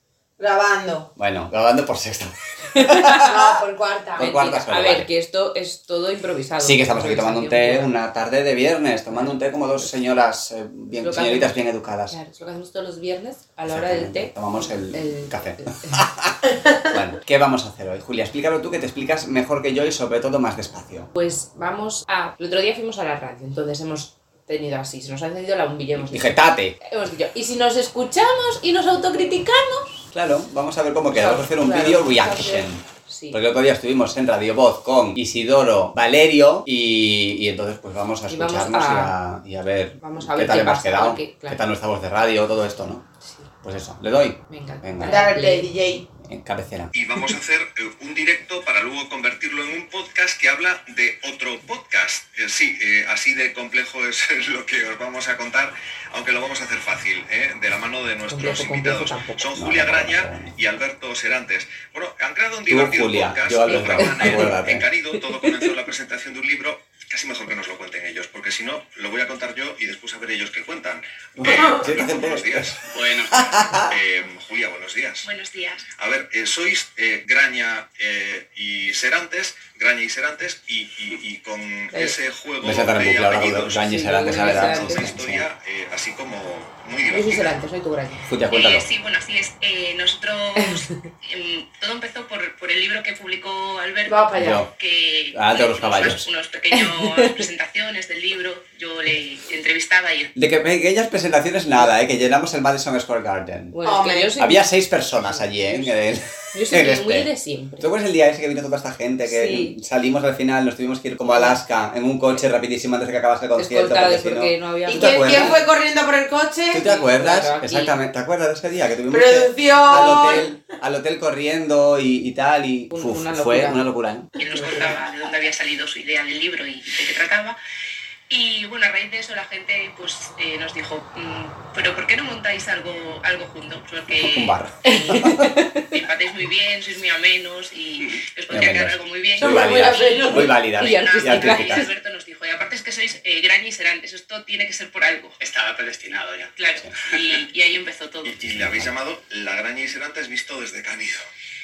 Grabando. Bueno, Grabando por sexta. No, por cuarta. Por cuartas, a pero ver, vale. que esto es todo improvisado. sí que estamos aquí tomando un té, Improvisación una tarde de viernes, tomando un té como dos señoras, eh, bien, Lo que señoritas hacemos. bien educadas. Claro, es lo que hacemos todos los viernes a la hora del té. Tomamos el café. el- Bueno, ¿qué vamos a hacer hoy? Julia, explícalo tú que te explicas mejor que yo y sobre todo más despacio. Pues vamos a... El otro día fuimos a la radio, entonces hemos tenido así, se nos ha encendido la bombilla. Hemos dicho, Dije, tate. hemos dicho, y si nos escuchamos y nos autocriticamos... Claro, vamos a ver cómo queda. Vamos a hacer un Claro, vídeo vamos a reaction. Sí. Porque el otro día estuvimos en Radio Voz con Isidoro, Valerio y, y entonces pues vamos a Y vamos escucharnos y, a- a, y a ver vamos a qué ver tal qué hemos pasa, quedado, porque, claro. qué tal nuestra voz de radio, todo esto, ¿no? sí. Pues eso, le doy Venga. Venga. Dale play, DJ. en cabecera. y vamos a hacer eh, un directo para luego convertirlo en un podcast que habla de otro podcast. Eh, sí, eh, así de complejo es lo que os vamos a contar, aunque lo vamos a hacer fácil, ¿eh? de la mano de nuestros Complejo, invitados. complejo tampoco. Son No, Julia no, no, Graña no, no. y Alberto Serantes. Bueno, han creado un divertido Julia, podcast, yo Alberto, lo graban en- acuérdate. en Canido, todo comenzó en la presentación de un libro, casi mejor que nos lo cuenten ellos, porque si no, lo voy a contar yo y después a ver ellos qué cuentan. Eh, Sí, Alberto, buenos días. Buenos Julia, buenos días. Buenos días. A ver, eh, sois eh, Graña eh, y Serantes, Graña y Serantes, y, y- y con ese juego Me saltan en de bucle ahora cuando apellidos, Gañes Sí, era antes, a ver, a- Gañes es Serantes. sí, una sí. historia eh, así como muy Yo soy divertida. Serante, soy tu graña. Escucha, cuéntalo. Eh, sí, bueno, así es. Eh, nosotros, em, todo empezó por, por el libro que publicó Alberto, Vamos para allá. Yo. que Ah, de los hicimos caballos. Unas, unas pequeñas presentaciones del libro, yo le entrevistaba y De que pequeñas presentaciones nada, ¿eh? que llenamos el Madison Square Garden. Bueno, es que Hombre. yo soy, Había seis personas allí, ¿eh? En el- yo soy en muy- este. muy de siempre. ¿Te acuerdas el día ese que vino toda esta gente? Que Sí. salimos al final, nos tuvimos que ir como a Alaska en un coche rapidísimo antes de que acabase el concierto. Escoltados si no- porque no había... ¿Y te quién, acuerdas? quién fue corriendo por el coche? ¿Tú te acuerdas? Claro, aquí. Exactamente. ¿Te acuerdas de ese día que tuvimos que al ¡Producción! hotel, al hotel corriendo y, y tal? Y Un- Uf, una fue locura. una locura. ¿eh? él nos contaba de dónde había salido su idea del libro y de qué trataba. Y bueno, a raíz de eso la gente pues, eh, nos dijo, "Mm, pero ¿por qué no montáis algo, algo juntos? Porque Un bar. eh, empatáis muy bien, sois muy amenos y os podría quedar amenos. algo muy bien. Son Muy muy válida. buenas, Muy válida. Y artística. Nada, artísticas. y Alberto nos dijo, y aparte es que sois eh, gran y serantes, esto tiene que ser por algo. Estaba predestinado ya. Claro, y, y ahí empezó todo. Y, y le habéis llamado La Graña y Serantes visto desde Canido.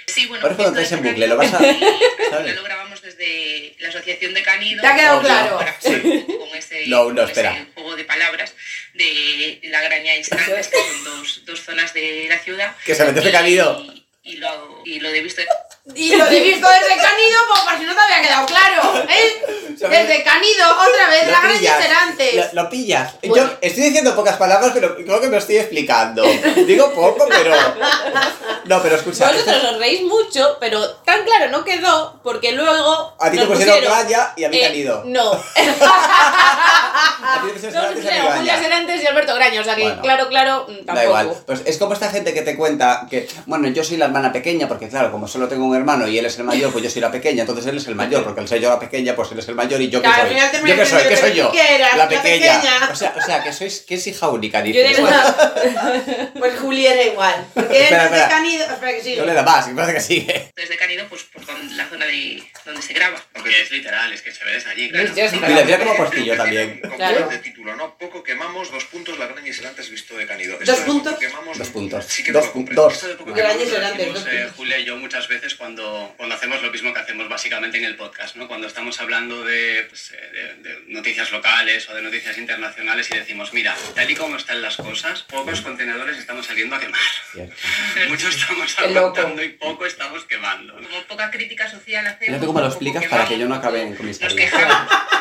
Sí, bueno, Ahora es cuando esto estáis en de bucle, lo vas a- Canido, y ¿sabes? pues, Lo grabamos desde la Asociación de Canido. ¿Te ha quedado Obvio. claro? Para jugar un poco con ese, No, no, con ese espera. juego de palabras de la Graña y Serantes, que son dos, dos zonas de la ciudad. Que se mete este Y- Canido. Y lo, y lo de visto Y lo de visto desde Canido, pues por si no te había quedado claro. ¿eh? Desde Canido, otra vez, la gran pillas, antes. Lo, lo pillas. Bueno. Yo estoy diciendo pocas palabras, pero creo que me estoy explicando. Digo poco, pero. No, pero escucha. Vosotros os reís mucho, pero tan claro no quedó, porque luego. A ti te nos pusieron pusieron, Graya y a mí eh, Canido. No, A ti te pusieron nos Serantes y a mí pusieron Julia Graña. Serantes y Alberto Graña, o sea que Bueno. claro, claro, mm, Da tampoco. igual. Pues es como esta gente que te cuenta que, bueno, yo soy la hermana pequeña, porque claro, como solo tengo un hermano y él es el mayor, pues yo soy la pequeña, entonces él es el mayor, porque al ser yo la pequeña, pues él es el mayor y yo que Claro, soy. al final te Yo que soy, que soy yo. que eras la pequeña. O sea, o sea, que sois, que es hija única, Yo de dices. verdad, Pues Juli era igual. Porque Espera, él desde espera. Canido. Espera que sigue. No le da más, que parece que sigue. desde Canido, pues por con la zona de donde se graba. Porque es literal, es que se ve desde allí, claro. Pues yo sí. Y le hacía como postillo también. Con Claro. color de título, ¿no? Poco quemamos, dos puntos, La Graña y Serantes visto de Canido. ¿Dos puntos? quemamos, Dos puntos. Sí que Dos no lo pun- comprendo. dos. Esto de poco De Graña y quemamos, Serantes. Decimos, eh, Julia y yo muchas veces cuando, cuando hacemos lo mismo que hacemos básicamente en el podcast, ¿no? Cuando estamos hablando de, pues, eh, de- de noticias locales o de noticias internacionales y decimos, mira, tal y como están las cosas, pocos contenedores estamos saliendo a quemar. Mucho estamos Qué loco. aguantando y poco estamos quemando. ¿no? Como poca crítica social hacemos. Mira tú cómo lo poco explicas para que yo no quemamos, acabe con mis Nos tareas. quejamos.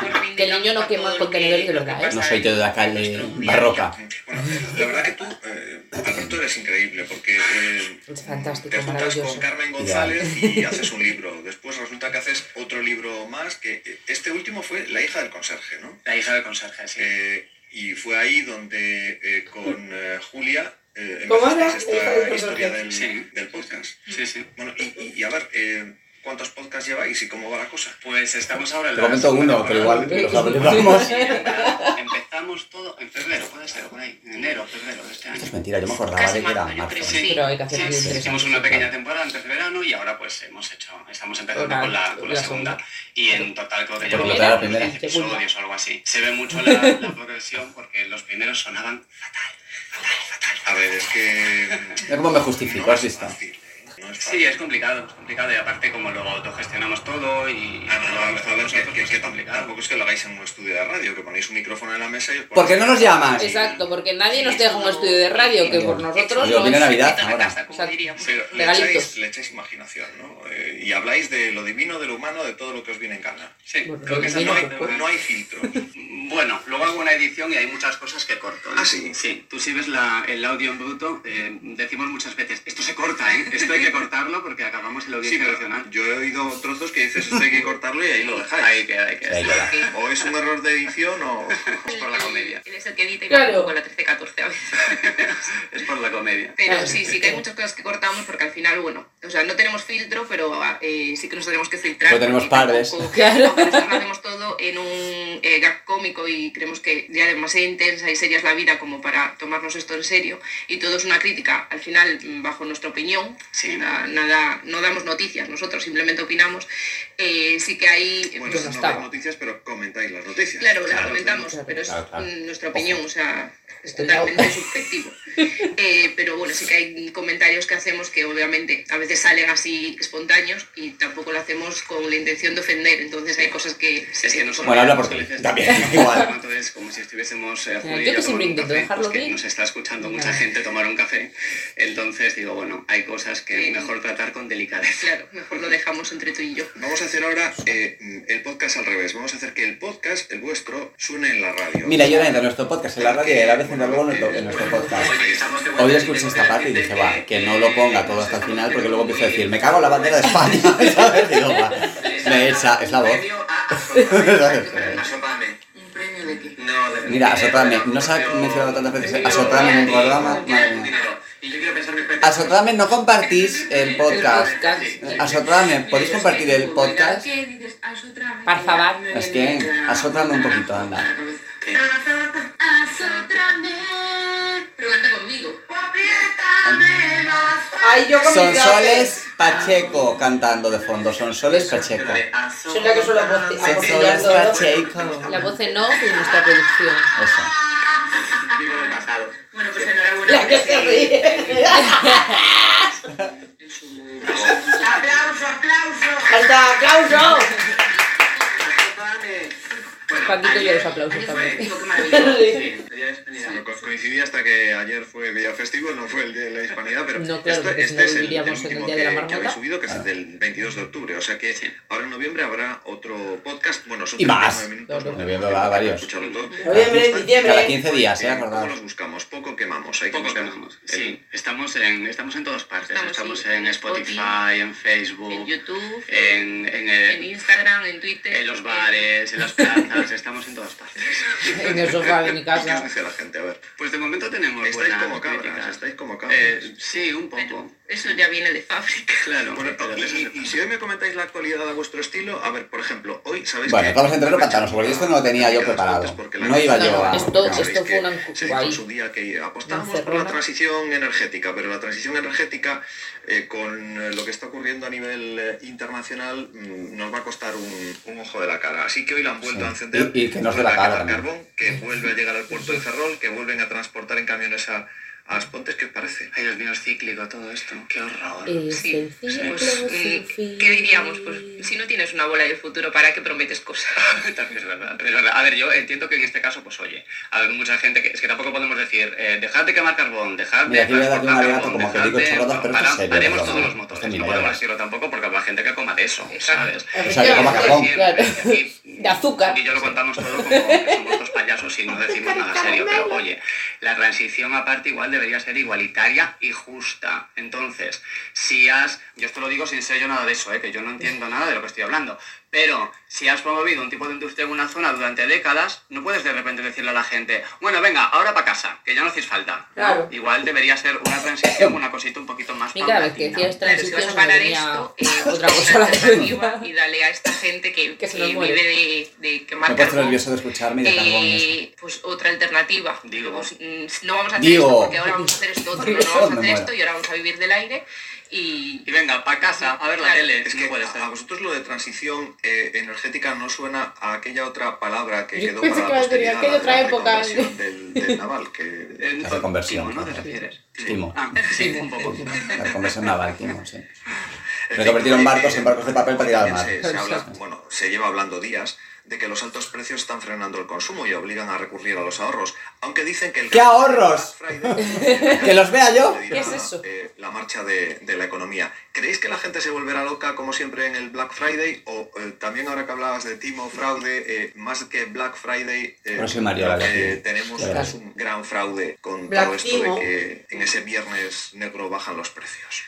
Que el niño no quema contenedores de los gays. No soy yo de la calle barroca. Bueno, la verdad que tú, eh, Alberto, eres increíble porque eh, Es fantástico, te juntas maravilloso. con Carmen González y haces un libro. Después resulta que haces otro libro más, que eh, este último fue La hija del conserje, ¿no? La hija del conserje, sí. Eh, y fue ahí donde eh, con eh, Julia eh, ¿Cómo era? empezaste La hija del esta conserje. historia del, Sí. del podcast. Sí, sí. Bueno, y, y- y a ver, eh, ¿cuántos podcasts lleváis y cómo va la cosa? Pues estamos ahora en Te la comento segunda uno, pero temporada. igual los hablamos. Empezamos todo en febrero, puede ser, por ahí. En enero, febrero de este año. Esto es mentira, yo me acordaba de que era marzo. Sí, pero hay que hacer Sí, algo sí, interesante. hicimos una pequeña temporada antes de verano y ahora pues hemos hecho, estamos empezando Una- con la, con la la segunda segunda. y en total creo que Por lo llevamos total, la unos primera. 10 Segunda. episodios o algo así. Se ve mucho la, la progresión porque los primeros sonaban fatal, fatal, fatal, A ver, es que... Mira cómo me justifico, no así es está. fácil, ¿eh? No es Sí, es complicado, es complicado. Y aparte, como lo autogestionamos todo y Ah, no, lo no, hagamos vamos a ver, todos que, nosotros, que- pues que es tam- complicado. tampoco es que lo hagáis en un estudio de radio, que ponéis un micrófono en la mesa y os ¿Por qué no nos llamas? Exacto, porque nadie nos deja un estudio de radio que por nosotros Yo no vine a es- Navidad. Quito la ahora. casa, como Exacto. diríamos. Pero le Regalitos. echáis, le echáis imaginación, ¿no? Eh, y habláis de lo divino, de lo humano, de todo lo que os viene en gana. Sí, Pues, Bueno, creo que esa es No la hay, parte- no hay filtro. Bueno, luego hago una edición y hay muchas cosas que corto. ¿eh? Ah, ¿sí? Sí, tú si ves la- el audio en bruto, eh, decimos muchas veces, esto se corta, ¿eh? Esto hay que cortarlo porque acabamos el Sí, audiencia pero nacional. yo he oído trozos que dices esto hay que cortarlo y ahí lo dejáis. Ahí queda, ahí queda. Ahí queda. O es un error de edición o Es por la comedia. Él es el que edita y Claro. claro. con la 13-14 a veces. Es por la comedia. Pero sí, sí que hay muchas cosas que cortamos porque al final, bueno, o sea, no tenemos filtro, pero ah, eh, sí que nos tenemos que filtrar. Pero tenemos porque pares. tampoco- Claro. aunque Nosotros lo hacemos todo en un eh, gag cómico y creemos que ya es demasiado intensa y seria es la vida como para tomarnos esto en serio. Y todo es una crítica, al final, mm, bajo nuestra opinión. Sí. Nada, nada- no damos noticias, nosotros simplemente opinamos. Eh, sí que hay... bueno, pues, no estaba. veis noticias, pero comentáis las noticias. Claro, la comentamos, claro, pero es claro, claro. mm, nuestra opinión, o sea, es Estoy totalmente subjetivo. Eh, pero bueno, sí que hay comentarios que hacemos que obviamente a veces salen así espontáneos y tampoco lo hacemos con la intención de ofender, entonces hay cosas que se Es que hacen nosotros- Bueno, habla por ti. nosotros- También, igual. Es como si estuviésemos eh, sea, Juli y yo que yo siempre tomando un intento café, dejarlo pues que bien. nos está escuchando mucha Claro. gente tomar un café. Entonces digo, bueno, hay cosas que Sí. mejor tratar con delicadeza. Claro, mejor lo dejamos entre tú y yo. Vamos a hacer ahora eh, mm, el podcast al revés. Vamos a hacer que el podcast, el vuestro, suene en la radio. Mira, yo entra en nuestro podcast en la radio y a la vez entra luego en nuestro, en nuestro podcast. Hoy escuché esta parte y dije, va, que no lo ponga todo hasta el final porque luego empiezo a decir, me cago en la bandera de España. ¿Sabes? Digo, va. Me echa, es la voz. ¿Sabes? ¿Un premio de qué? Mira, azotadme. No se ha mencionado tantas veces. Azotadme en un programa. Madre mía. Azotadme, no compartís el podcast. El podcast. Eh, Azotadme, ¿podéis compartir el podcast? Por favor. Es que, azotadme un poquito, anda. Pregunta conmigo. Ay, yo con mis gases. Sonsoles Pacheco cantando de fondo. Sonsoles Pacheco. ah, Soy la que suelo apote- apostillar Sonsoles todo. Pacheco. La voz en off y nuestra producción. Eso. Bueno, pues enhorabuena. La que se ríe. Aplauso, aplauso. ¡Hasta aplauso! Paquito y los aplausos también. Co- Coincidí hasta que ayer fue día festivo, no fue el día de la hispanidad, pero No, claro, este, porque si este no es el, viviríamos en el último día que, de la que marmota. Ah. habéis subido, que es el del 22 de octubre. O sea que ahora en noviembre habrá otro podcast. Bueno, son Y más. 39 minutos, Claro. no Noviembre tenemos va, tiempo varios. para escucharlo todo. Noviembre, Cada diciembre. 15 días, ¿eh? Eh, ¿Cómo Acordado. los buscamos? Poco quemamos. Hay que Poco buscar tenemos. el- Sí, estamos en, estamos en todas partes. Estamos, Estamos, sí, en en Spotify, en En Facebook, YouTube, en, en, eh, en Instagram, en Twitter. en los bares, en las plazas, estamos en todas partes. En el sofá de mi ¿Qué os casa. dice la gente? A ver. Pues de momento tenemos Estáis buenas como cabras, críticas. estáis como cabras. Eh, sí, un Pero poco. eso ya viene de fábrica. Claro. Bueno, pero y, de eso se y- y trata. si hoy me comentáis la actualidad a vuestro estilo, a ver, por ejemplo, hoy sabéis Bueno, que... estamos entre los pantanos, porque esto no lo tenía yo Porque las preparado. cuentas, porque la No gente- iba yo a- Esto- Sabéis esto fue que una- Se dijo en guay. su día que Una apostamos por la encerrona. transición energética, pero la transición energética, eh, con eh, lo que está ocurriendo a nivel eh, internacional, mm, nos va a costar un, un ojo de la cara. Así que hoy la han vuelto Sí. a encender. Y- y que no es de vuelve la a cara quemar también. carbón, que vuelve a llegar al puerto de Ferrol, que vuelven a transportar en camiones a, a As Pontes, ¿qué os parece? Ay, Dios mío, es cíclico todo esto. Qué horror. Eh, Es Sí, el ciclo Pues, mm, Eh, sin fin. ¿Qué diríamos? Pues si no tienes una bola de futuro, ¿para qué prometes cosas? También es verdad, es verdad. A ver, yo entiendo que en este caso, pues oye, a ver, mucha gente que es que tampoco podemos decir, eh, dejad de quemar carbón, dejad Mira, aquí de voy a darle un transportar alegato carbón, como que dejad digo de- chorradas, pero esto es para- serio, paremos perdón. todos los Esto motores, es mi no mierda. podemos decirlo tampoco porque habrá gente que coma de eso, Exacto. ¿sabes? O sea, que coma carbón. Claro. Aquí- De azúcar. Y yo lo contamos todo como que somos dos payasos y no decimos nada serio. Pero oye, la transición aparte igual debería ser igualitaria y justa. Entonces, si has, yo esto lo digo sin ser yo nada de eso, ¿eh? que yo no entiendo nada de lo que estoy hablando, pero si has promovido un tipo de industria en una zona durante décadas, no puedes de repente decirle a la gente, bueno, venga, ahora para casa, que ya no hacéis falta. Claro. Igual debería ser una transición, una cosita un poquito más Y cada vez que paulatina. decías Claro, si vas transición a se parar venía esto, eh, otra busca cosa a la una alternativa cabeza. y dale a esta gente que, Que se que nos muere. vive de, de Me he quemar puesto carbón, nervioso de escucharme y de carbón. esto. eh, pues otra alternativa. Digo. Pues, mm, no vamos a hacer Digo. esto porque ahora vamos a hacer esto otro, no, no Me vamos a hacer muero. esto y ahora vamos a vivir del aire y Y venga, para casa, a ver la Claro. tele. Es no que puede a- ser. a vosotros lo de transición eh, energética no suena a aquella otra palabra que Yo quedó pensé para que iba la a decir, posteridad, aquella la de otra la época. reconversión del, del naval, que... Eh, La reconversión, Timo, ¿no te ¿no? refieres? Timo. Ah, sí, un poco. La conversión naval, que no sé. en Me fin, convirtieron eh, barcos en barcos de papel para tirar al también mar. Se, se habla, bueno, se lleva hablando días de que los altos precios están frenando el consumo y obligan a recurrir a los ahorros, aunque dicen que el... ¿Qué ahorros? Black Friday- ¡Que los vea yo! medirá, ¿Qué es eso? eh, la marcha de, de la economía. ¿Creéis que la gente se volverá loca como siempre en el Black Friday? O eh, también ahora que hablabas de Timo, fraude, eh, más que Black Friday, eh, No soy Mario, la lo que verdad. tenemos La verdad. es un gran fraude con Black todo esto Timo. de que en ese viernes negro bajan los precios.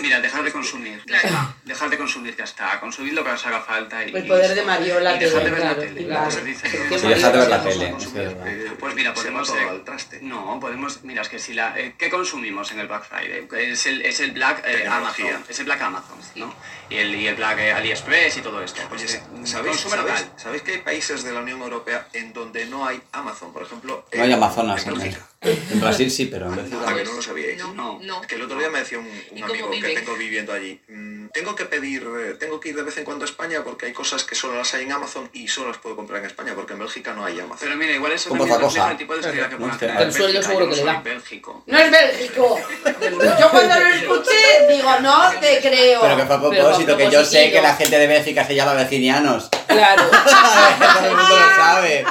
Mira, dejar de consumir. Claro. Dejar de consumir, ya está. Consumir lo que os haga falta. Y, El poder de Mariola, y dejar te de ver la claro, tele. claro. Se dice, Sí, ¿no? dejar de ver la Somos tele, consumidores. sí, es verdad. Eh, Pues mira, se va podemos, todo eh, al traste. No, podemos. Mira, es que si la. eh, ¿Qué consumimos en el Black Friday? Es el, es el Black eh, Tecnología. Amazon. Es el Black Amazon, ¿no? Y el, y el Black eh, AliExpress y todo esto. Oye, Pues, eh, ¿sabéis, consume sabéis- local. sabéis que hay países de la Unión Europea en donde no hay Amazon? Por ejemplo, No hay en- Amazonas en en Bélgica. el- En Brasil sí, pero en Brasil... Ah, que no lo sabíais. No. No, no. Es que el otro día me decía un, un ¿Y cómo amigo que viven? tengo viviendo allí, "Mm, tengo que pedir, eh, tengo que ir de vez en cuando a España porque hay cosas que solo las hay en Amazon y solo las puedo comprar en España porque en Bélgica no hay Amazon. Pero mira, igual eso Como también otra refleja cosa. el tipo de sociedad que No, pueden es que hacer. no. en El sueldo Bélgica. seguro Yo que le soy da. Bélgico. No es Bélgico. Yo cuando lo escuché digo, no te creo. Pero que fue a Pero propósito, que yo sé propositivo. que la gente de Bélgica se llama vecinianos. Claro. Todo el mundo lo sabe.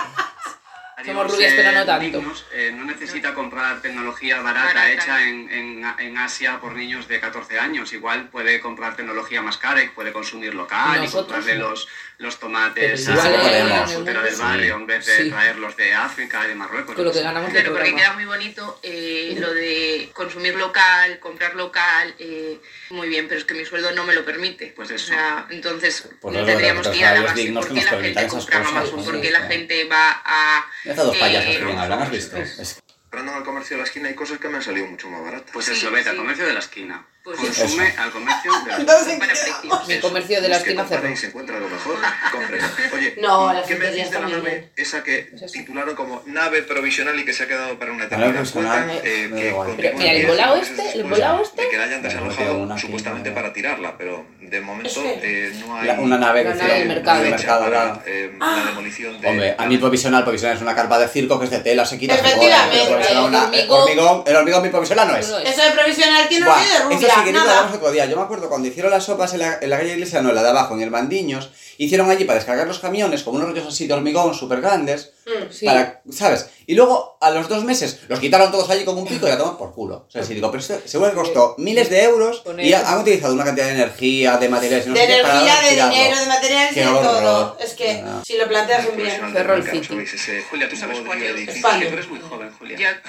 Haríamos, rubias, eh, pero no tanto. dignos, eh, no necesita comprar tecnología barata, Barata. hecha en, en- en Asia por niños de 14 años. Igual puede comprar tecnología más cara y puede consumir local y Nosotros comprarle no. los, los Pero tomates a igual sí podemos. la frutera del Sí. barrio en vez de Sí. traerlos de África y de Marruecos. Con lo que ganamos de Claro, porque Ah, programa. queda muy bonito eh, lo de consumir local, comprar local, eh, muy bien, pero es que mi sueldo no me lo permite. Pues eso. O sea, entonces Pues no es tendríamos verdad, que ir a la salarios base. dignos ¿Por que qué nos la gente permitan esas compra cosas, Amazon? ¿no? ¿Por Sí, qué la claro. gente va a...? Estos dos eh, payasos que vienen a hablar, ¿has visto? Es- Comprando en el comercio de la esquina hay cosas que me han salido mucho más baratas. Pues Sí, eso, vete al sí. comercio de la esquina. Pues Consume al comercio de la esquina. para precios. Mi comercio de la Es que esquina compara cerró. y se encuentra lo mejor, compre. Oye, No, la ¿qué gente me ya decís de está la muy nave bien. esa que Pues eso. titularon como nave provisional y que se ha quedado para una Nave eternidad? provisional, Cuentan, me da que igual. continúan Mira, el diez volado meses este, el después volado este- pues, De que la hayan Me acuerdo de una desalojado que- supuestamente para tirarla, pero de momento Es eh, no hay... la- Una nave que La nave del hicieron- mercado. Ah. del fecha mercado, para, la- eh, la demolición de... Hombre, a mí provisional, provisional es una carpa de circo que es de tela, se quita, se borra, Efectivamente, pero provisional el una- hormigón- el hormigón, el hormigón mi provisional no es. No es. Eso de provisional tiene Buah, una de eso sí que rubia, lo hablamos nada. otro día. Yo me acuerdo cuando hicieron las sopas en la, en la calle Iglesia, no, en la de abajo, en el Mandiños, hicieron allí para descargar los camiones con unos rollos así de hormigón súper grandes, Mm. Sí. para, ¿sabes? Y luego, a los dos meses, los quitaron todos allí con un pico y la toman por culo. O sea, si digo, pero esto seguro que costó miles de euros y Poner- han han utilizado una cantidad de energía, de materiales y no De sé qué para energía, de tirarlo. dinero, de materiales, Qué de todo. horror. Es que Ah. si lo planteas bien. provisional Cerró el del mercado, eh, City. ¿sabéis? Ese Julia, ¿tú sabes cuál bodrio es? edificio. España. Que tú eres muy joven, Julia. Ya-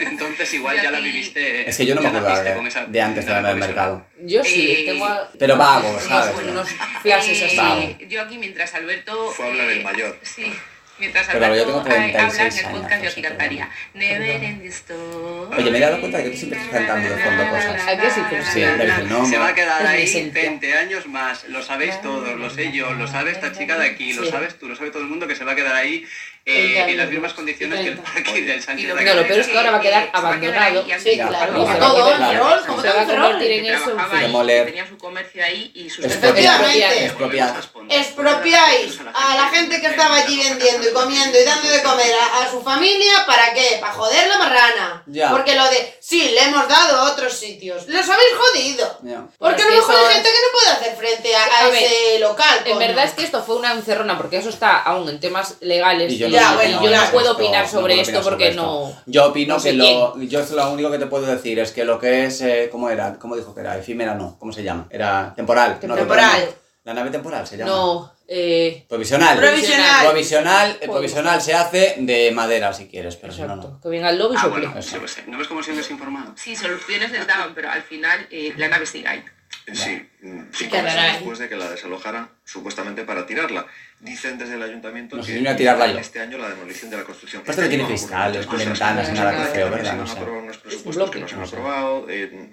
Entonces igual Ya ya la ti- viviste... Es que yo no me ya acuerdo naciste de, este con esa- de antes de la del provisional. mercado. Yo sí, Eh, tengo a- Pero vago, ¿sabes? unos, unos flashes Eh, así. Vago. Yo aquí mientras Alberto... eh, Fue a hablar el mayor. Sí. Mientras Pero Alberto yo tengo ha- habla 36 en el años, podcast yo así aquí que cantaría. Never ending story. Oye, me he dado cuenta de que tú siempre estás cantando de fondo cosas. ¿A qué sí que lo Sí, sabes? de vez en no, Se va a me- quedar Es mi ahí esencia. 20 años más. Lo sabéis todos, lo sé yo, lo sabe esta chica de aquí, lo Sí. sabes tú, lo sabe todo el mundo que se va a quededar ahí eh, 20 años en las mismas más. condiciones que el 30. parque del Sánchez Y lo de No, lo Aguilera. peor es que ahora va a quedar abandonado. Sí, claro. Como Como todo, todo, claro. Ferrol, como Se todo va a Ferrol. convertir en eso. Trabajaba Se ahí, demoler. tenía su comercio ahí y sus... Es Efectivamente. Expropiar. Pues Expropiáis a la gente que estaba allí vendiendo y comiendo y dando de comer a, a su familia, ¿para qué? Para joder la marrana. Ya. Porque lo de, sí, le hemos dado a otros sitios. Los habéis jodido. Ya. Porque Pero a lo es que mejor eso hay es- gente que no puede hacer frente a, a A ver, ese local. En coño. verdad es que esto fue una encerrona, porque eso está aún en temas legales. Y yo Ya, sé, bueno, yo ya. no esto- puedo opinar no sobre puedo esto opinar porque sobre no. Yo opino no sé que lo. Yo es lo único que te puedo decir es que lo que es. eh, ¿Cómo era? ¿Cómo dijo que era? Efímera no. ¿Cómo se llama? Era temporal. no, Temporal. no. La nave temporal se llama. No. Eh, Provisional. Provisional. Provisional, eh, Joder. provisional se hace de madera si quieres, pero si no, exacto. no. Que venga el lobo y Ah, sople. bueno, yo qué sé. ¿No ves cómo soy un desinformado? Sí, soluciones les daban, pero al final eh, la nave sigue ahí. Sí, mm, cinco quedará meses ahí. después de que la desalojaran, supuestamente para tirarla. Dicen desde el ayuntamiento No sé que si voy a tirarla yo. este año la demolición de la construcción. Esto que tiene año cristales, ocurren con muchas cosas. ventanas, y Eh, nada, qué feo, también ¿verdad? Se No van a sé. aprobar unos presupuestos bloque. que no se han No sé. aprobado. eh,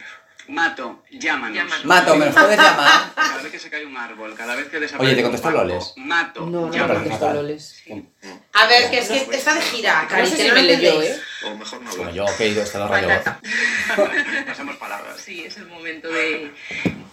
Mato, llámanos. Llámanos. Mato, me los puedes llamar. Cada vez que se cae un árbol, cada vez que desaparece Oye, ¿te un contestó banco, Loles? Mato, No, no, Ya, no, pero llámanos. porque fatal. esto loles. A ver, que es que está de gira, No Cari, sé que si no me lo leyó, entendéis. ¿eh? O mejor no Como hablar. yo, que he ido hasta la radio. Patata. Pasamos palabras. Sí, es el momento de...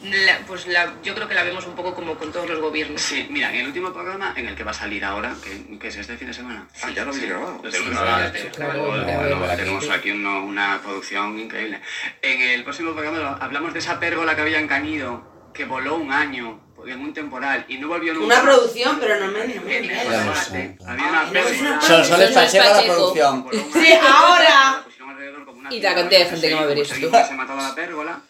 la- pues la, yo creo que la vemos un poco como con todos los gobiernos. Sí, mira, en el último programa en el que va a salir ahora, que, que es este fin de semana. Ah, ya lo habéis grabado. Lo Pero tenemos no, ahora, no, te- claro, luego- claro, luego claro. tenemos aquí uno- una producción increíble. En el próximo programa lo- hablamos de esa pérgola que habían caído, que voló un año en un temporal y no volvió nunca. Una producción, pero no me... No me En el digas. Ya lo Guadalajara, sé. Había Ay, no, una es una Sol, pérgola. Sol es Sol es Pacheco, la Pacheco. producción. Voló un Sí, año, ahora. la pusieron alrededor como una Y la pila, cantidad de no sé gente si que va a ver conseguí esto. que pues Se mató la pérgola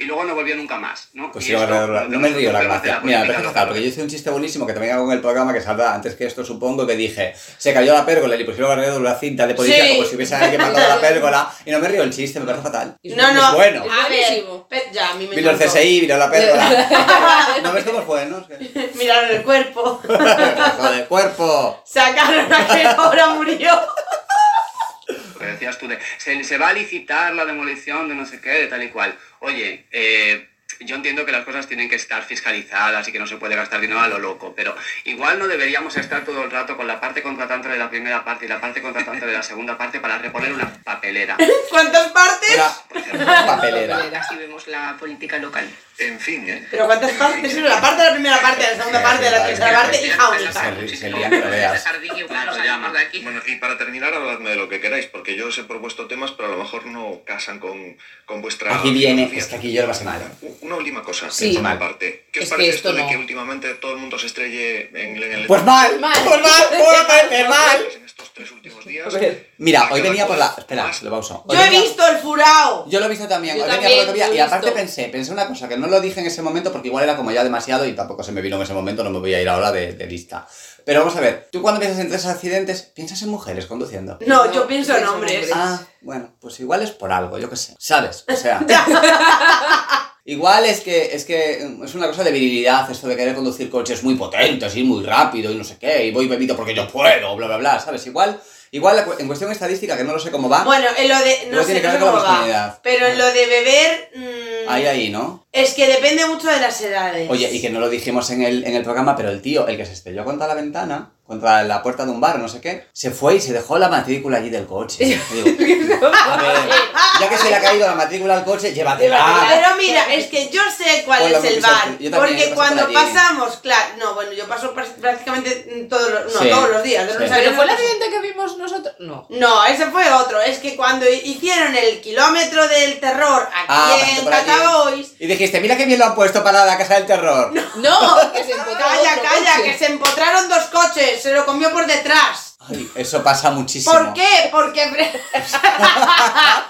y luego no volvió nunca más. ¿no? Pues Y sí, la esto- verdad, no me río la gracia. Mira, me política parece que no- está, porque yo hice un chiste buenísimo que también hago en el programa que saldrá antes que esto, supongo, que dije, se cayó la pérgola y le pusieron alrededor una cinta de policía Sí. como si hubiese alguien matado la pérgola y no me río el chiste, me parece fatal. No, no. Es bueno. A ver, Buenísimo. pe- ya, a mí me Vino el encantó. CSI, vino la pérgola. no me estamos buenos. que- Miraron el cuerpo. Joder, cuerpo. Sacaron a que ahora murió. Lo que decías tú de, se, se va a licitar la demolición de no sé qué, de tal y cual. Oye, eh, yo entiendo que las cosas tienen que estar fiscalizadas y que no se puede gastar dinero a lo loco, pero igual no deberíamos estar todo el rato con la parte contratante de la primera parte y la parte contratante de la segunda parte para reponer una papelera. ¿Cuántas partes? Era por ejemplo. papelera. Así vemos la política local. En fin, ¿eh? ¿Pero cuántas partes? Sí, la parte de la primera parte, la segunda parte, de la tercera parte y Se jaunita. ri- se rían que lo veas. Jardín, claro, Claro, salimos de aquí. Bueno, y para terminar, habladme de lo que queráis, porque yo os he propuesto temas, pero a lo mejor no casan con, con vuestra. Aquí viene, filosofía. es que aquí yo lo pasé mal. U- Una última cosa, Sí. por mi parte. ¿Qué os Es que parece esto esto de no. que últimamente todo el mundo se estrelle en, en el. Pues mal, Mal. pues mal, pues mal, pues mal. en estos tres últimos días? Mira, hoy Cada venía por la. cosa Espera, más- lo pauso. Hoy Yo he venía- visto el furao. Yo lo he visto también, Yo hoy venía también, por la autovía, yo he y aparte visto. pensé, pensé una cosa que no lo dije en ese momento porque igual era como ya demasiado y tampoco se me vino en ese momento, no me voy a ir ahora de, de lista. Pero vamos a ver, tú cuando piensas en tres accidentes, piensas en mujeres conduciendo. No, yo pienso en hombres. Ah, bueno, pues igual es por algo, yo qué sé. ¿Sabes? O sea. Igual es que, es que mm, es una cosa de virilidad esto de querer conducir coches muy potentes y muy rápido y no sé qué, y voy bebido porque yo puedo, bla, bla, bla, ¿sabes? Igual, igual la cu- en cuestión estadística, que no lo sé cómo va, Bueno, en lo de. No Luego Ah. sé tiene que no ver sé con la cómo va. masculinidad. Pero en lo de beber. mm, ahí, ahí, ¿no? Es que depende mucho de las edades. Oye, y que no lo dijimos en el, en el programa, pero el tío, el que se estrelló contra la ventana, contra la puerta de un bar, no sé qué, se fue y se dejó la matrícula allí del coche. Y digo, a ver, ya que se le ha caído la matrícula al coche, llévatela. Pero mira, es que yo sé cuál Ah. Hola, es el muchacho, bar. yo también, yo Porque paso cuando por allí. pasamos, claro. No, bueno, yo paso pr- prácticamente todos los, no, Sí, todos los días. de sí. lunes a Pero viernes fue el paso. accidente que vimos nosotros. No. No, ese fue otro. Es que cuando hicieron el kilómetro del terror aquí Ah, pasaste en por allí. Cataois. Y dijiste, mira qué bien lo han puesto para la casa del terror. No, que se encontraba Calla, otro calla, coche. que se empotraron dos coches. Se lo comió por detrás. Ay, eso pasa muchísimo. ¿Por qué? Porque, fre-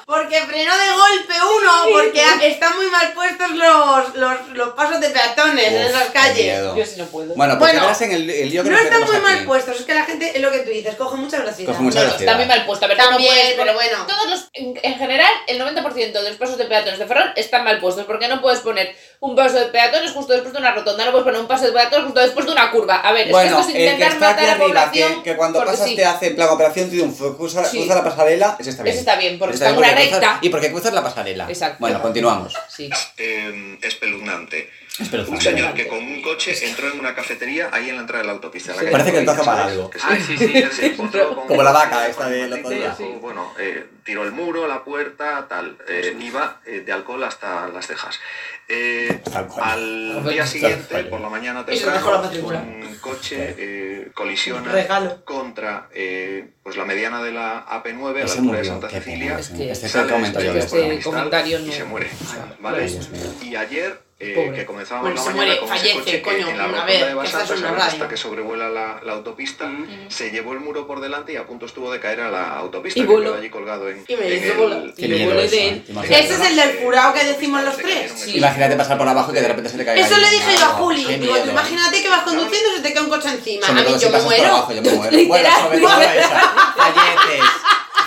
porque frenó de golpe uno, porque a- están muy mal puestos los, los, los pasos de peatones en Uf, esas qué calles. miedo. Yo sí no puedo. Bueno, pues Bueno, te verás en el, el lío que No nos están metemos muy mal aquí. puestos, es que la gente, es lo que tú dices, coge mucha velocidad. Coge mucha No, velocidad. está muy mal puesto. A ver, tú no También, puedes- pero bueno. Todos los, en, en general, el 90% de los pasos de peatones de Ferrol están mal puestos. Porque no puedes poner un paso de peatones justo después de una rotonda. No puedes poner un paso de peatones justo después de una curva. A ver, Bueno, es que esto el es que intentar está aquí matar a la arriba, población. que, que cuando porque pasas sí. te hace en plan operación triunfo, cruza, Sí. cruza la pasarela, ese está bien. Ese está bien, porque Ese está en bien, una porque cruzas- recta. Y porque cruzas la pasarela. Exacto. Bueno, continuamos. Sí. Eh, espeluznante. Espero Un señor que con un coche entró en una cafetería ahí en la entrada de la autopista. en la Sí. calle Parece que entró a robar Corrientes, ¿sabes? algo. Que se- Ah, Ay, sí, sí, que sí. se encontró con- Como la vaca esta con de un la matiz, otra día. o, Bueno, eh, tiró el muro, la puerta, tal. Eh, iba eh, de alcohol hasta las cejas. Eh, Hasta el coño. al Joder. día siguiente, Joder. por la mañana Y se dejó la temprano, matrícula. un coche eh, colisiona Regalo. contra eh, pues la mediana de la AP9 a la Ese altura murió, de Santa qué Cecilia. pena. Es que- Este es Sale el comentario destruido de por el Este cristal comentario Y no. se muere. Ay, ¿Vale? Ay, Dios mío. Y ayer, eh, Pobre. que comenzábamos Bueno, la se mañana muere, con fallece, ese coche coño, que en la una rotonda vez, de que esta es Basanta, una ¿sabes? radio. hasta que sobrevuela la, la autopista, se llevó el muro por delante y a punto estuvo de caer a la autopista Y que voló. quedó allí colgado en, Y me en hizo volar. Y Qué me miedo volé eso, de ¿eh? él. Te imaginas. Ese es el del furao que decimos los tres. Sí. Imagínate pasar por abajo y que de repente se le caiga Eso ahí. le dije yo a Wow, Juli. qué Digo, miedo. tú imagínate que vas conduciendo y se te cae un coche encima. Sobre a mí todo si yo me pasas por muero. abajo, yo me muero. Bueno, Literal. sobre todo esa. Falleces.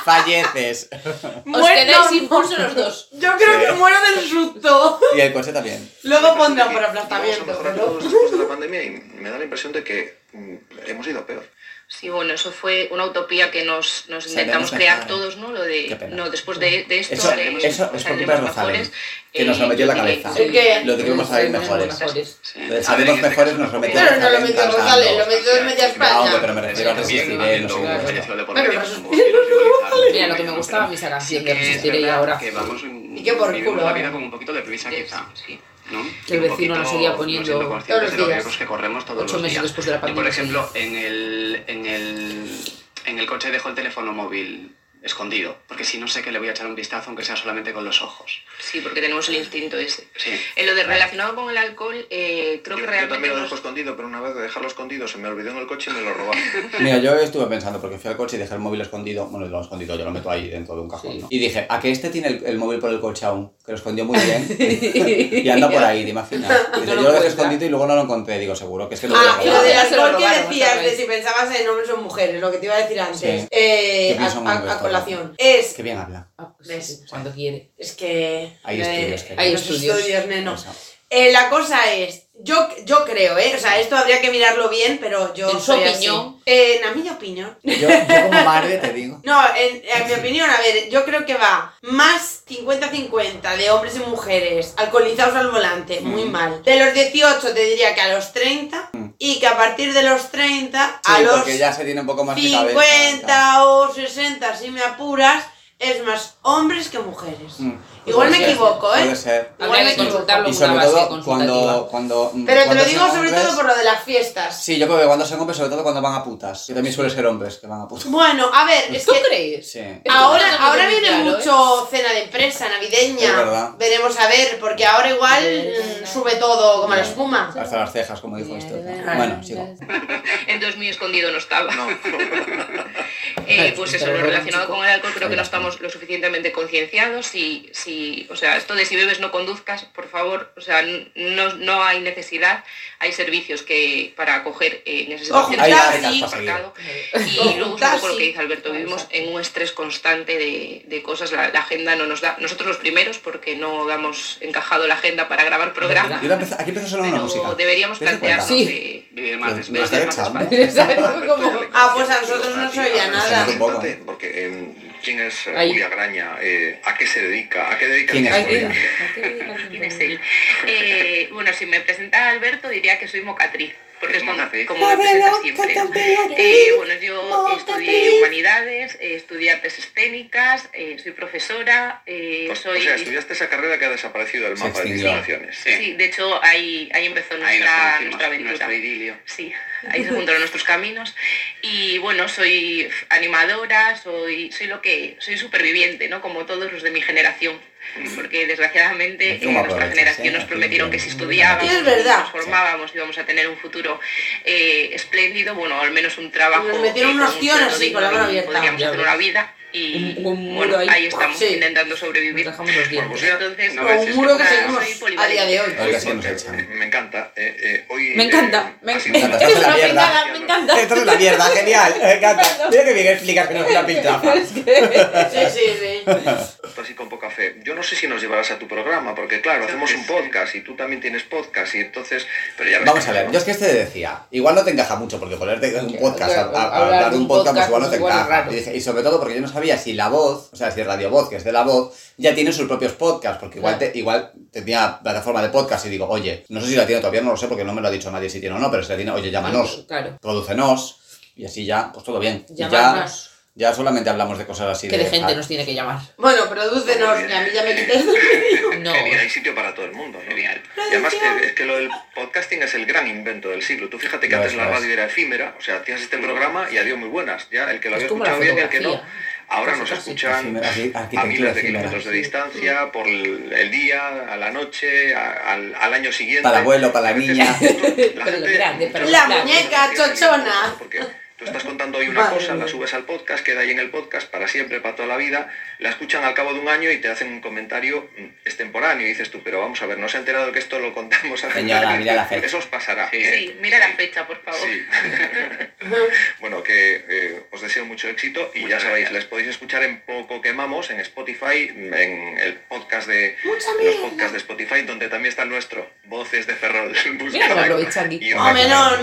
Falleces. Os quedáis sin pulso los dos. Yo creo Sí. que muero del susto. Y el coche también. Luego pondrán por Vamos a aplastamiento. mejorar pero- todos después de la pandemia y me da la impresión de que mm, hemos ido peor. Sí, bueno, eso fue una utopía que nos, nos Saldremos intentamos mejor, crear ¿eh? todos, ¿no? Lo Qué de, pena. no, después de, de esto Eso, haremos- eso es por culpa de saldremos Rosalén, mejores, que nos eh, lo metió en la yo diré- cabeza. ¿El qué? Lo tuvimos que salir mejores. mejores. Entonces, Sabemos mejores, nos lo metió Claro, no lo Rosalén metió cantando. Rosales, lo metió Media No, hombre, España. pero me refiero a resistiré, no sé qué. Claro. pues, Mira, Mira, lo que me gustaba a mí esa canción de Resistiré y ahora. Que vamos Y qué por viviendo culo, la ¿eh? vida con un poquito de prisa, Sí, quizá. sí. ¿no? Que el Y un vecino nos poquito, seguía poniendo siendo conscientes todos los de los días. riesgos que corremos todos Ocho los meses días. después de la Yo, por pandemia, sí. ejemplo, en el, en, el, en el coche dejo el teléfono móvil escondido, porque si no sé que le voy a echar un vistazo, aunque sea solamente con los ojos. Sí, porque tenemos el instinto ese. Sí. En lo de relacionado con el alcohol, eh, creo Yo, que yo realmente también lo nos- dejo escondido, pero una vez de dejarlo escondido se me olvidó en el coche y me lo robaron. Mira, yo estuve pensando, porque fui al coche y dejé el móvil escondido. Bueno, lo he escondido, yo lo meto ahí dentro de un cajón, Sí. ¿no? Y dije, ¿a que este tiene el, el móvil por el coche aún? Que lo escondió muy bien. y anda por ahí, te imaginas. Dice, yo No lo lo dejé encuentra. escondido y luego no lo encontré. Digo, seguro que es que lo hubiera Ah, y lo robado. del Ya se lo alcohol que robaron, decías de ¿sabéis? si pensabas en hombres o en mujeres, lo que te iba a decir antes, Sí. eh, Yo a, pienso en a- hombres a todo. colación, es, Qué bien habla. Ah, pues ¿Ves? sí, Cuando quiere. es que... eh, Hay estudios que- hay Hay los estudios. estudios, neno. Eso. Eh, la cosa es, yo, yo creo, ¿eh? O sea, esto habría que mirarlo bien, pero yo En su soy así. opinión. Eh, en mi opinión. Yo, yo como madre te digo. No, en, en mi opinión, a ver, yo creo que va más 50-50 de hombres y mujeres alcoholizados al volante, muy Mm. mal. De los 18 te diría que a los 30 y que a partir de los 30 a Sí, los porque ya se tiene un poco más de cabeza. 50 o 60, si me apuras, es más hombres que mujeres. Mm. Igual Puede me ser, equivoco, ¿eh? Puede ser. Igual Habría me que equivoco. consultarlo Y con una sobre base todo consultativa. cuando, cuando. Pero te cuando lo digo sean sobre hombres- todo por lo de las fiestas. Sí, yo creo que cuando son hombres, sobre todo cuando van a putas. Yo también suele ser hombres que van a putas. Bueno, a ver, es ¿Tú que crees? Sí. Esto no ahora, lo ahora tengo viene claro, ¿eh? mucho cena de empresa Es navideña. verdad. Veremos a ver, porque ahora igual Verdad. mm, sube todo como la Ya. espuma. Hasta las cejas, como dijo esto. Bueno, sigo. Entonces muy escondido no estaba. No. Eh, pues eso, Pero lo bueno, relacionado chico. con el alcohol creo que no Ahí está. estamos lo suficientemente concienciados. Si, si, o sea, esto de si bebes no conduzcas, por favor, o sea, n- no, no hay necesidad. Hay servicios que para acoger eh, en esas Ojo, situaciones hay para barcas ir para seguir. aparcado. Ojo, Y luego es un taxi. poco lo que dice Alberto, vivimos en un estrés constante de, de cosas, la, la agenda no nos da, nosotros los primeros porque no damos encajado la agenda para grabar programa, Y ahora empieza- aquí empieza a sonar una música. pero deberíamos ¿Te das plantearnos cuenta? Sí. eh, Vivir Pues, martes, me está martes, echando. martes. ¿Sabes? Como- Ah, pues a nosotros no se oía nada. Nosotros tampoco. Porque eh, quién es eh, Ahí. Julia Graña, Eh, a qué se dedica, a qué dedica ¿Quién el es tiempo Julia? libre? ¿Quién es él? Eh, bueno, si me presentara Alberto diría que soy mocatriz, porque es como, Mocatriz. como me presenta siempre. Eh, bueno, yo estudié humanidades, eh, estudié artes escénicas, eh, soy profesora, eh, O soy... sea, estudiaste esa carrera que ha desaparecido del Se mapa de extinguió. instalaciones. Sí, de hecho ahí, ahí empezó Ahí nos nuestra, conocimos, nuestra aventura. nuestro idilio. Sí, ahí se juntaron nuestros caminos. Y bueno, soy animadora, soy, soy lo que soy superviviente, ¿no? Como todos los de mi generación. Mm. Porque desgraciadamente Tú me eh, nuestra aprovechas, ¿eh? generación nos Aquí prometieron yo- que si estudiábamos, Es y verdad. nos formábamos, íbamos a tener un futuro eh, espléndido, bueno, al menos un trabajo. Nos metieron eh, unos con un tíos sueldo así, digno con la mano y abierta. Podríamos Ya hacer ves. una vida y Un- un bueno, muro ahí. ahí, estamos Sí. intentando Nos sobrevivir. pues dejamos los O dientes. sea, Entonces, no O un muro que Soy seguimos a día de hoy. Ahorita sí Eh, nos echan. Me encanta. eh, eh, hoy, Me encanta, eh, me ha sido encanta. una- Eres una mierda. pringada, me encanta. Esto es la mierda, genial. Me encanta. Mira que bien explicas que no es una pintafa. Sí, sí, sí. así con poca fe. Yo no sé si nos llevarás a tu programa, porque claro, hacemos un podcast y tú también tienes podcast y entonces... Pero ya ves Vamos que a ver, no. yo es que este decía, igual no te encaja mucho, porque ponerte en un podcast, a, Claro, a- a hablar hablar de un podcast, pues igual no pues te igual es encaja. raro. Y, dije- y sobre todo porque yo no sabía si la voz, o sea, si Radio Voz, que es de la voz, ya tiene sus propios podcasts, porque igual, Claro. te, igual tenía plataforma de podcast y digo, oye, no sé si la tiene todavía, no lo sé, porque no me lo ha dicho nadie si tiene o no, pero si la tiene, oye, llámanos, Claro. prodúcenos, y así ya, pues todo bien. Y Ya, Llamarnos. ya solamente hablamos de cosas así. Que de gente ah, nos tiene que llamar. Bueno, prodúcenos, que a mí ya me quites. No. Genial, hay sitio para todo el mundo, ¿no? Genial. Y además eh, es que lo del podcasting es el gran invento del siglo. Tú fíjate que Ya antes ves, la ya ves. radio era efímera, o sea, tienes este programa y adiós muy buenas. Ya el que lo Es había como la escuchado bien y el que no. fotografía. Ahora Casi, nos casi. escuchan Efímera, sí, a arquitectura miles de efímera. kilómetros de distancia, por el el día, a la noche, a- al, al año siguiente. Para el abuelo, para la A veces niña. justo la Pero gente- grande, pero La grande. muñeca chochona. Porque tú estás contando hoy una Madre cosa, la mía. subes al podcast, queda ahí en el podcast para siempre, para toda la vida, la escuchan al cabo de un año y te hacen un comentario mm, extemporáneo y dices tú, pero vamos a ver, no se ha enterado que esto lo contamos a Señora, mira la fecha. Eso os pasará. Sí, mira la fecha, por favor. Sí. bueno, que eh, os deseo mucho éxito y ya Muchas sabéis, gracias. les podéis escuchar en Poco Quemamos, en Spotify, en el podcast de Mucha los mierda. podcasts de Spotify, donde también está el nuestro. Voces de Ferrol. Mira, se aprovecha aquí. Y Hombre, no.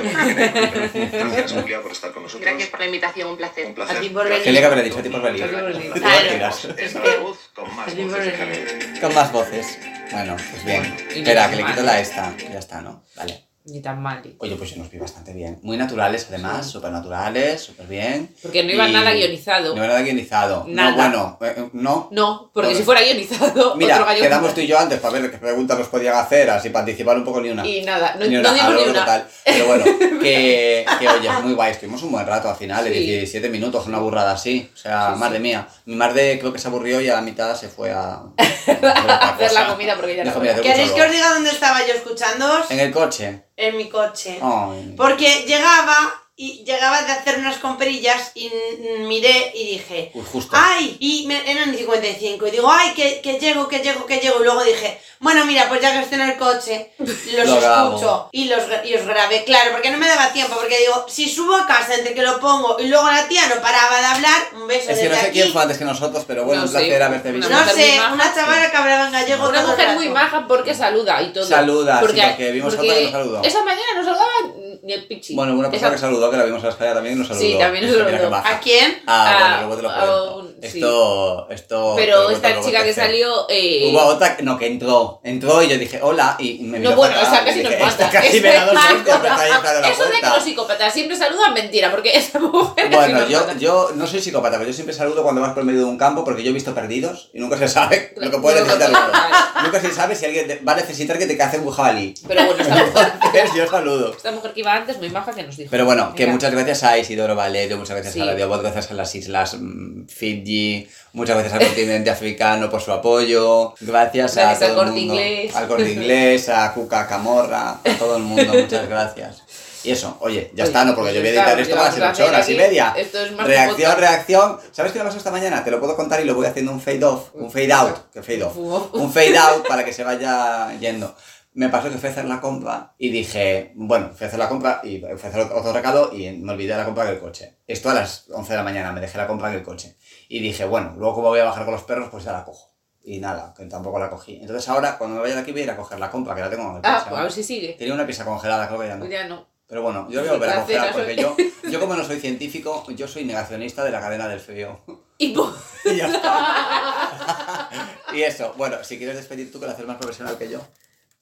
Gracias, Julia, por estar con nosotros. Gracias por la invitación, un placer. Un placer. A ti por Gracias. ¿Qué le habrá dicho a ti por venir? Claro. Tú te lo tiras. Es la voz con más Aquí por voces de venir. Ferrol. Con más voces. Bueno, pues bien. Y Espera, mira, que le mal. quito la esta. Ya está, ¿no? Vale. Ni tan mal. y- Oye, pues yo nos vi bastante bien. Muy naturales, además, súper naturales, súper bien. Porque no iba Y- nada guionizado. No era nada guionizado. Nada. No, bueno, eh, eh, no. No, porque Bueno. si fuera guionizado, otro Mira, gallo. quedamos tú y yo antes para ver qué preguntas nos podían hacer, así para anticipar un poco ni una. Y nada, no, Ni no una, dimos algo ni una. total. Pero bueno, que, que oye, es muy guay. Estuvimos un buen rato al final, de Sí. 17 minutos, una burrada así. O sea, Sí, madre sí. mía. Mi madre creo que se aburrió y a la mitad se fue a, a hacer, otra hacer la cosa. comida porque ya no Dijo, "Mira, tengo ¿Queréis mucho que os olor". diga dónde estaba yo escuchándoos? En el Oh. coche. En mi coche. Ay. Pues Porque llegaba y llegaba de hacer unas comprillas y mm, miré y dije, Uy, justo. ¡ay! Y me, eran 55 y digo, ¡ay! Que, que llego, que llego, que llego. Y luego dije, bueno, mira, pues ya que estoy en el coche, los Lo grabo. escucho y, los, gra- y os grabé. Claro, porque no me daba tiempo, porque digo, si subo a casa entre que lo pongo y luego la tía no paraba de hablar, un beso es que desde no sé aquí. quién fue antes que nosotros, pero bueno, No un sé. placer haberte visto. Una No mujer sé, muy maja. una chavala que hablaba en gallego. Una todo el mujer rato. muy maja porque saluda y todo. Saluda, sí, porque vimos otra que porque nos saludó. Esa mañana no saludaba ni el pichi. Bueno, una persona Esa- que saludó, que la vimos a la escalera también, nos saludó. Sí, también nos Mira qué saludó. baja. ¿A quién? Ah, A- bueno, luego te lo a cuento. un- sí. esto, esto... te lo Pero cuento esta luego, chica que Tefe. salió. eh, Hubo otra, que- no, que entró. Entró y yo dije, hola, y me vino No, bueno, para o sea, atrás, casi y nos dije, mata. "Esta casi Es me ha dado verdad. suerte, pero está ahí está de la Eso de que puerta". los psicópatas siempre saludan mentira, porque esa mujer. casi Bueno, nos yo, mata. yo no soy psicópata, pero yo siempre saludo cuando vas por medio de un campo porque yo he visto perdidos y nunca se sabe lo que puede Claro, necesitar claro, uno. claro. Nunca se sabe si alguien te- va a necesitar que te cace un jabalí. Pero bueno, esta mujer, Entonces yo saludo. esta mujer que iba antes, muy maja, que nos dijo. Pero bueno, que Venga. muchas gracias a Isidoro Valerio, muchas gracias Sí. a Radio Bot, gracias a las islas mm, Fiji, muchas gracias al continente africano por su apoyo, gracias, Gracias a al todo el Corte mundo, Inglés. al corte inglés, a Cuca Camorra, a todo el mundo, muchas gracias. Y eso, oye, ya Oye, está, no, porque pues yo voy a ya está, editar esto ya más en vamos a 8 horas y hacer aquí- media. esto es más que Reacción, podcast. reacción. ¿Sabes qué me pasó esta mañana? Te lo puedo contar y lo voy haciendo un fade off, un fade out, que fade off Uf. un fade out para que se vaya yendo. Me pasó que fui a hacer la compra y dije, bueno, fui a hacer la compra y fui a hacer otro recado y me olvidé de la compra en el coche. Esto a las 11 de la mañana, me dejé la compra en el coche. Y dije, bueno, luego como voy a bajar con los perros, pues ya la cojo. Y nada, que tampoco la cogí. Entonces ahora, cuando me vaya de aquí, voy a ir a coger la compra, que la tengo en el coche. Ah, aún. a ver si sigue. Tenía una pizza congelada, creo que ya no. Ya no. Pero bueno, yo voy a volver a La congelar cena, porque yo, yo como no soy científico, yo soy negacionista de la cadena del frío. Y pues, po- Y ya está. y eso, bueno, si quieres despedir tú, que lo haces más profesional que yo.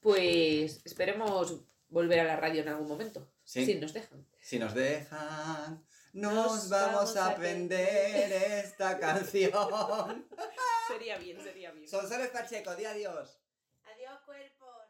pues esperemos volver a la radio en algún momento. Sí. Si nos dejan. Si nos dejan, nos Nos vamos vamos a a aprender esta canción. Sería bien, sería bien. Sonsoles Pacheco, di adiós. Adiós, cuerpos.